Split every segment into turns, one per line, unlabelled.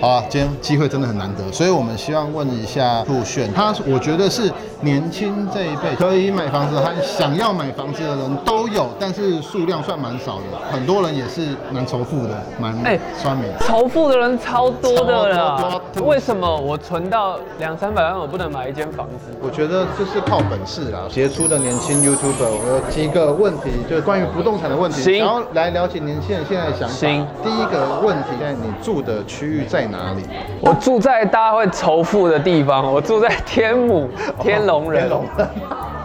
啊，今天机会真的很难得，所以我们希望问一下陆炫，他我觉得是年轻这一辈可以买房子和想要买房子的人都有，但是数量算蛮少的，很多人也是蛮仇富的，蛮
哎
酸民。
仇富的人超多的
超多
了
超，多
为什么我存到两三百万，我不能买一间房子？
我觉得这是靠本事啦。杰出的年轻 YouTuber，我有几个问题，就是关于不动产的问题，
行
然后来了解年轻人现在的想法。
行
第一个问题，现在你住的区域在哪里？
我住在大家会仇富的地方，我住在 天母天龙人。
天龙人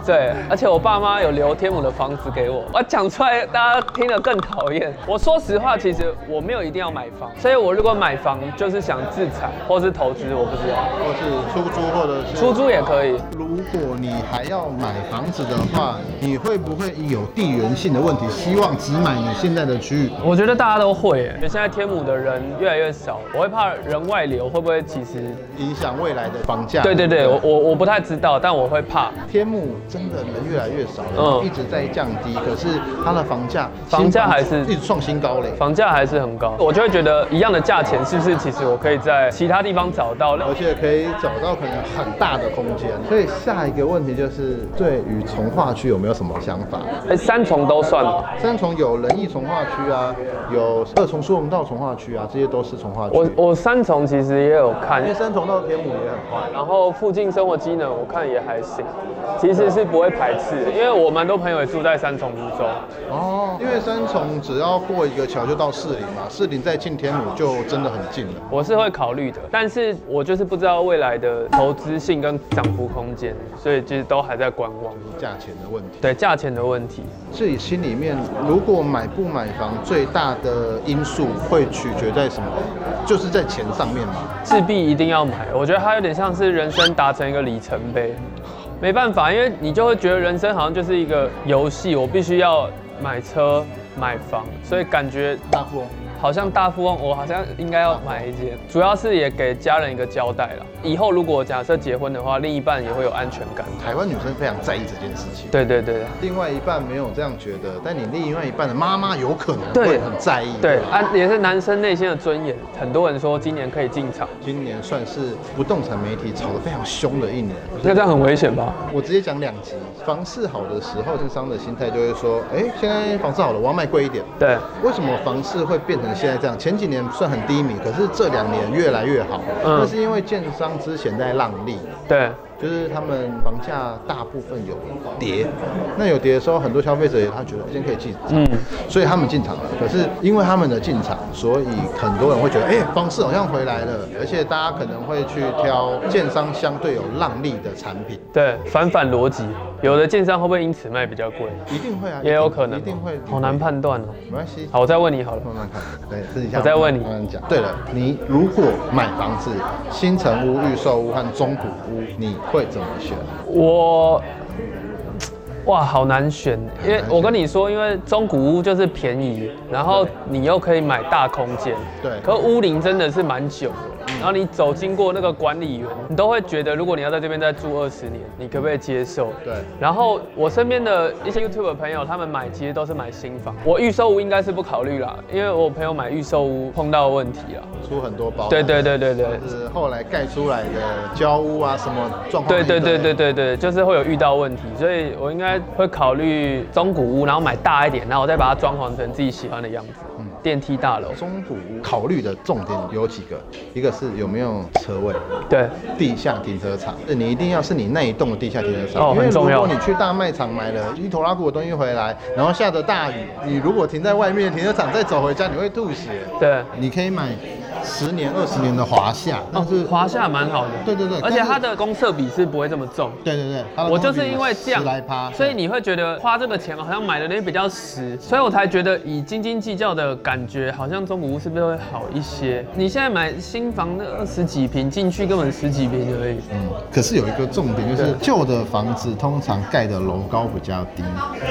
对，而且我爸妈有留天母的房子给我，我讲出来大家听了更讨厌。我说实话，其实我没有一定要买房，所以我如果买房就是想自产或是投资，我不知道，
或是出租，或者是
出租也可以。
如果你还要买房子的话，你会不会有地缘性的问题？希望只买你现在的区域？
我觉得大家都会耶，现在天母的人越来越少，我会怕人外流会不会其实。
影响未来的房价？
对对对，我我我不太知道，但我会怕。
天幕真的人越来越少了，
嗯
一直在降低，可是它的房价，
房价
新
还是
一直创新高嘞。
房价还是很高，我就会觉得一样的价钱，是不是其实我可以在其他地方找到？
而且可以找到可能很大的空间，所以下一个问题就是对于从化区有没有什么想法？
哎，三重都算了。
三重有仁义从化区啊，有二重苏荣道从化区啊，这些都是从化区。
我我三重其实也有看
因为，三重到天母也很快，
然后附近生活机能我看也还行，其实是不会排斥，因为我蛮多朋友也住在三重泸州。
哦，因为三重只要过一个桥就到士林嘛，士林再进天母就真的很近了。
我是会考虑的，但是我就是不知道未来的投资性跟涨幅空间，所以其实都还在观望。
价钱的问题，
对价钱的问题，
自己心里面如果买不买房，最大的因素会取决在什么？就是在钱上面嘛。
势必一定要买。我觉得它有点像是人生达成一个里程碑，没办法，因为你就会觉得人生好像就是一个游戏，我必须要买车、买房，所以感觉
大富翁。
好像大富翁，我好像应该要买一间。主要是也给家人一个交代了，以后如果假设结婚的话，另一半也会有安全感。
台湾女生非常在意这件事情，
对对对
另外一半没有这样觉得，但你另外一半的妈妈有可能
对
会很在意。
对，啊，也是男生内心的尊严。很多人说今年可以进场，
今年算是不动产媒体炒得非常凶的一年。
那这样很危险吧？
我直接讲两集，房市好的时候，建商的心态就会说，哎、现在房市好了，我要卖贵一点。
对，
为什么房市会变成现在这样？前几年算很低迷，可是这两年越来越好。
嗯
那是因为建商之前在让利，
对，
就是他们房价大部分有跌，那有跌的时候，很多消费者也他觉得今天可以进场，
嗯
所以他们进场了。可是因为他们的进场，所以很多人会觉得，哎、房市好像回来了，而且大家可能会去挑建商相对有让利的产品，
对，反反逻辑，有的建商会不会因此卖比较贵？
一定会啊，
也有可能哦，
一定会，
好难，判断哦。
没关系。
好，我再问你好了，
慢慢看，对，私底下
我再问你
慢慢讲。对了，你如果买房子，新城屋、预售屋和中古屋，你会怎么选？
我。哇，好难选，因为
很难选
我跟你说，因为中古屋就是便宜，然后你又可以买大空间，
对
可屋龄真的是蛮久的，然后你走经过那个管理员，你都会觉得，如果你要在这边再住二十年，你可不可以接受？
对
然后我身边的一些 YouTube 朋友，他们买其实都是买新房，我预售屋应该是不考虑啦，因为我朋友买预售屋碰到问题啦。
出很多包。
对对对对对。
就是后来盖出来的交屋啊，什么状况？
对对对对。对对，就是会有遇到问题，所以我应该会考虑中古屋，然后买大一点，然后我再把它装潢成自己喜欢的样子。嗯，电梯大楼，
中古屋考虑的重点有几个，一个是有没有车位，
对
地下停车场，是你一定要是你那一栋的地下停车场，
哦
因为
很重要
如果你去大卖场买了一头拉骨的东西回来，然后下着大雨，你如果停在外面的停车场再走回家，你会吐血。
对。
你可以买十年、二十年的华夏，但是、
哦华夏蛮好的，
对对对
而且
但是
它的公设比是不会这么重。
对对对，它的
我就是因为这样
10来趴，，
所以你会觉得花这个钱好像买的东西比较实，所以我才觉得以斤斤计较的感觉，好像中古屋是不是会好一些？你现在买新房那二十几平进去根本十几平而已，
嗯，可是有一个重点就是
对
旧的房子通常盖的楼高比较低，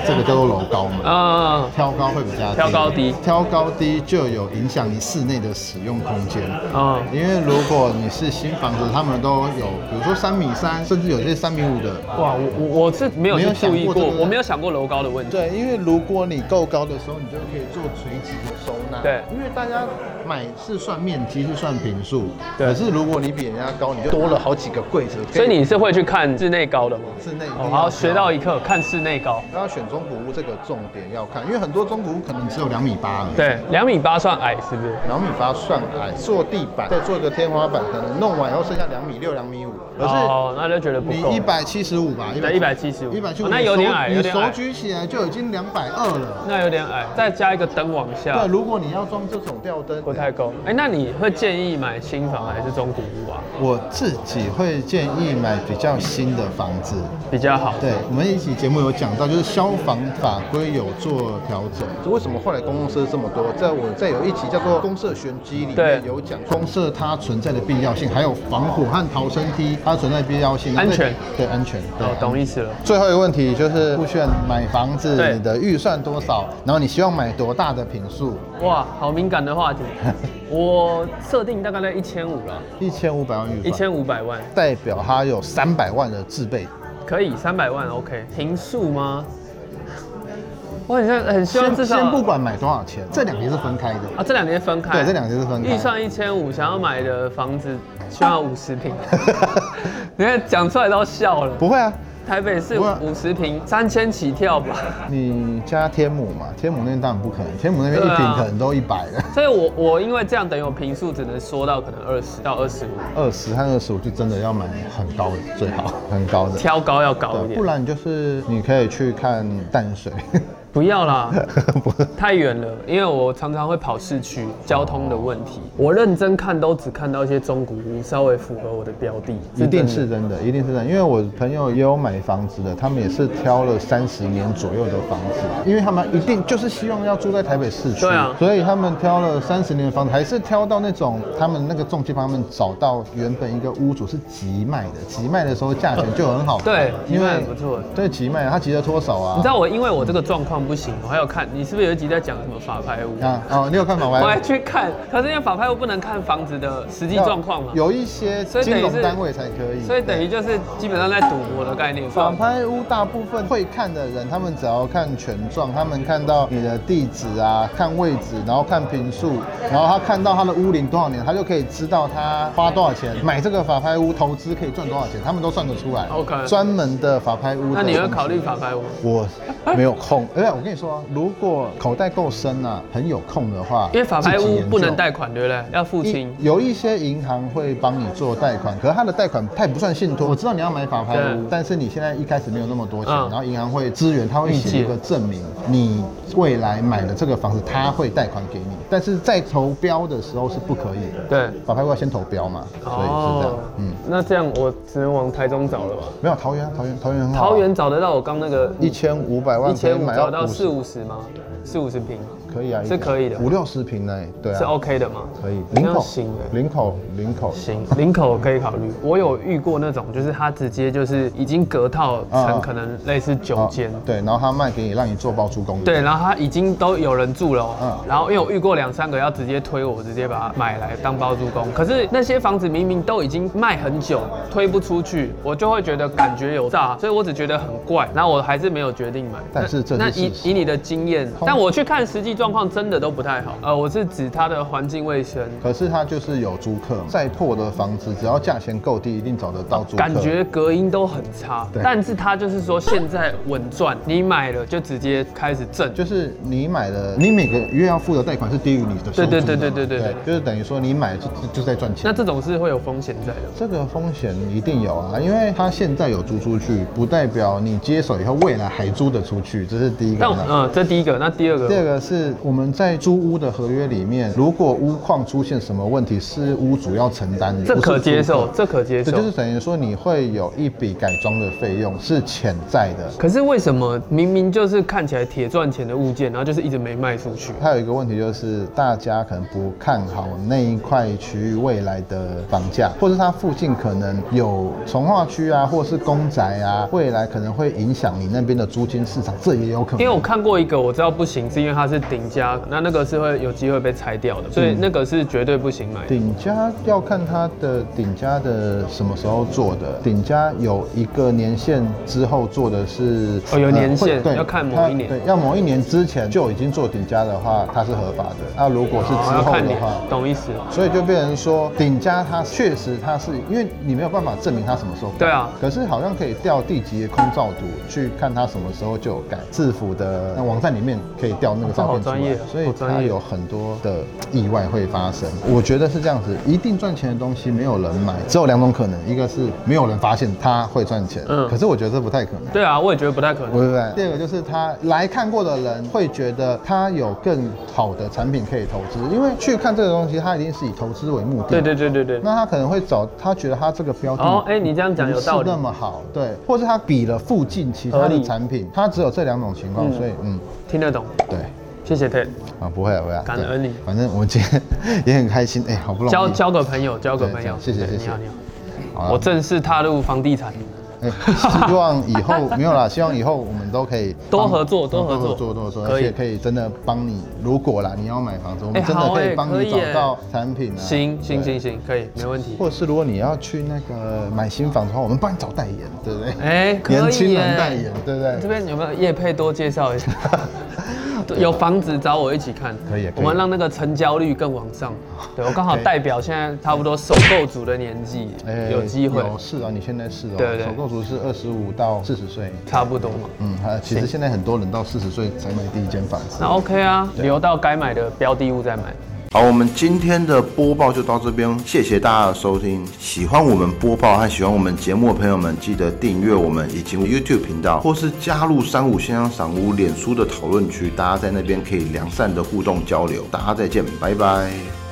这个叫做楼高嘛。
啊、
挑高会比较低
挑高低
挑高低就有影响你室内的使用空空间。
嗯，
因为如果你是新房子，他们都有，比如说三米三，甚至有些三米五的。
哇，我我我是没有去注
没有想
意
过这
过，
个
我没有想过楼高的问题。
对，因为如果你够高的时候，你就可以做垂直的收纳。
对
因为大家买是算面积，是算平数。
对
可是如果你比人家高，你就多了好几个柜子。
所以你是会去看室内高的吗？
室内一定要
哦，好，
高
学到一课，看室内高。
要选中古屋这个重点要看，因为很多中古屋可能只有两米八而已。
对，两米八算矮是不是？
两米八算矮，做地板再做一个天花板，可能弄完以后剩下两米六、两米五。可是
哦，那就觉得不
你
够。
一，百七十五吧，
对175
一百七十
哦
五，
那有点矮有
你
点
手
矮
举起来就已经两百二了。
那有点矮，再加一个灯往下
对，，如果你要装这种吊灯，
啊不太够。哎，那你会建议买新房还是中古屋啊？
我自己会建议买比较新的房子。
比较好。
对，我们一起节目有讲到，就是消防法规有做调整。为什么后来公共设这么多？在我在有一集叫做《公社玄机》里
对
面有讲公社它存在的必要性，还有防火和逃生梯它存在的必要性，
安全
对安全对
哦，。懂意思了。
最后一个问题就是，顾炫买房子
对，
你的预算多少？然后你希望买多大的平 数？
哇，好敏感的话题。我设定大概在一千五了，
一千五百万预算，
一千五百万
代表它有三百万的自备。
可以，三百万 OK。平数吗？我很像很希望
先
至少
先不管买多少钱，这两题是分开的。
啊，这两年分开。
对这两年是分开
预算一千五，想要买的房子需要五十平。 你看讲出来都笑了。
不会啊，
台北市
不会啊
五十平，三千起跳吧。
你加天母嘛？天母那边当然不可能，天母那边一
对
平
啊
可能都一百了，
所以我我因为这样，等于我平数只能缩到可能二十到二十五，
二十和二十五就真的要买很高的最好，很高的。
挑高要高一
对，不
点。
然就是你可以去看淡水，
不要啦，
不是
太远了，因为我常常会跑市区，交通的问题。我认真看都只看到一些中古屋，稍微符合我的标的。
一定
真
是
的
真的，一定是真的。因为我朋友也有买房子的，他们也是挑了三十年左右的房子，因为他们一定就是希望要住在台北市区，
对啊
所以他们挑了三十年的房子，还是挑到那种他们那个中介帮他们找到原本一个屋主是急卖的，急卖的时候价钱就很好，
对
因为
急卖不错
对急卖他急了多少啊？
你知道我因为我这个状况不行，我还有看你是不是有一集在讲什么法拍屋？
啊哦，你有看法
我还
拍？
去看，可是因为法拍屋不能看房子的实际状况嘛，
有一些
所以等于
金融
是
单位才可以，
所以等
对
于就是基本上在赌博的概念。
法拍屋大部分会看的人，他们只要看权状，他们看到你的地址啊，看位置，然后看平数，然后他看到他的屋龄多少年，他就可以知道他花多少钱买这个法拍屋，投资可以赚多少钱，他们都算得出来。
OK
专门的法拍屋。
那你会考虑？法拍屋？
我没有空，而且我跟你说，如果口袋够深啊，很有空的话，
因为法拍
自己
屋
研究
不能贷款，对不对？要付清。
一有一些银行会帮你做贷款，可是它的贷款它也不算信托。我知道你要买法拍
嗯对
屋，但是你现在一开始没有那么多钱，
嗯
然后银行会支援，他会写一个证明，你未来买了这个房子，他会贷款给你。但是在投标的时候是不可以的，
对
法拍屋要先投标嘛，所以
哦
是这样。嗯，
那这样我只能往台中找了吧？
没有桃园啊，桃园桃园很好啊。
桃园找得到我刚那个
一千五百万
一
可以
千五
买
找到
50
四五十吗？四五十平
可以啊，
是可以的
五六十平呢，对
是
啊，
OK 的吗？
可以。
那
林口
行哎
林口林口
行，林口可以考虑。我有遇过那种，就是他直接就是已经隔套
啊
成
啊
可能类似酒
好
间，
对，然后他卖给你，让你做包租公寓。
对，然后他已经都有人住了、哦，
嗯
然后因为我遇过两三个要直接推我，直接把它买来当包租公，可是那些房子明明都已经卖很久，推不出去，我就会觉得感觉有诈，所以我只觉得很怪，然后我还是没有决定买。
但是这
那
是
那
事
以
实哦
以你的经验，但我去看实际状况真的都不太好，呃，我是指它的环境卫生。
可是它就是有租客，再破的房子，只要价钱够低，一定找得到租客。
感觉隔音都很差，
对
但是它就是说现在稳赚，你买了就直接开始挣，
就是你买的，你每个月要付的贷款是低于你的收入的嘛。
对对对对对对对
就是等于说你买就就就在赚
那
钱。
这种是会有风险在的。
这个风险一定有啊，因为它现在有租出去，不代表你接手以后未来还租得出去，这是第一个
但
嘛。
嗯，这第一个，那第二个，
第二个是我们在租屋的合约里面，如果屋况出现什么问题，是屋主要承担的，
这
不是
可接
租客
受，这可接
这
受。
就是等于说你会有一笔改装的费用是潜在的。
可是为什么明明就是看起来铁赚钱的物件，然后就是一直没卖出去？
还有一个问题就是，大家可能不看好那一块区域未来的房价，或是它附近可能有从化区啊，或是公宅啊，未来可能会影响你那边的租金市场，这也有可能。
因为我看过一个，我知道不行，是因为它是顶顶加，那那个是会有机会被拆掉的，所以那个是绝对不行买的。
嗯顶加要看它的顶加的什么时候做的，顶加有一个年限之后做的是
哦有
呃
年限
会对，
要看某
它
一年
对，要某一年之前就已经做顶加的话，它是合法的。那如果是
哦
之
要
后
看
的
你
话，
懂意思？
所以就变成说，顶加它确实它是因为你没有办法证明它什么时候改
对啊
可是好像可以调地籍的空照图去看它什么时候就有改，制服的那网站里面可以调那个照片出
这好
来，
专业
所以
好专
它
业
有很多的意外会发生。我觉得是这样子，一定赚钱的东西没有人买，只有两种可能，一个是没有人发现它会赚钱，
嗯
可是我觉得这不太可能。
对啊，我也觉得不太可
不
能。
对不对？第二个就是他来看过的人会觉得他有更好的产品可以投资，因为去看这个东西，他一定是以投资为目的。
对对对对对。
那他可能会找他觉得他这个标的
哦，哎，你这样讲
不
有
是
道理
那。么好，对，或是他比了附近其他
合
的
理
产品，他只有这两种情况，所以嗯，
听得懂，
对。
谢谢 Ted，
啊，不会啊，不会啊，
感
对
恩你
反正我们今天 也很开心，哎、好不容易
交交个朋友，交个
对
朋友，
谢谢
对
谢谢
你好你好，
好啦
我正式踏入房地产，
哎希望以后没有啦，希望以后我们都可以
多
帮
合作多合作
多合作，
可
而
以
且可以真的帮你。如果啦，你要买房子，我们
哎
真的
好
可以
哎
帮
可
你
以
找
耶
到产品啊。
行行
对
行。行，可以，没问题。
或者是如果你要去那个买新房的话，我们帮你找代言，对不对？
哎可以
年轻
耶
人代言，对不
这
对？
边有没有叶配多介 绍一下？对有房子找我一起看，
可以可以哦
我们让那个成交率更往上。对我刚好
可以哎
代表现在差不多首购族的年纪，有机会，
有是哦，你现在是哦，
对对
首购族是二十五到四十岁，
差不多嘛。
嗯，还有其实现在很多人到四十岁才买第一间房子
那。OK 啊，留到该买的标的物再买。
好，我们今天的播报就到这边，谢谢大家的收听。喜欢我们播报和喜欢我们节目的朋友们，记得订阅我们以及 YouTube 频道，或是加入三五先生赏屋脸书的讨论区，大家在那边可以良善的互动交流。大家再见，拜拜。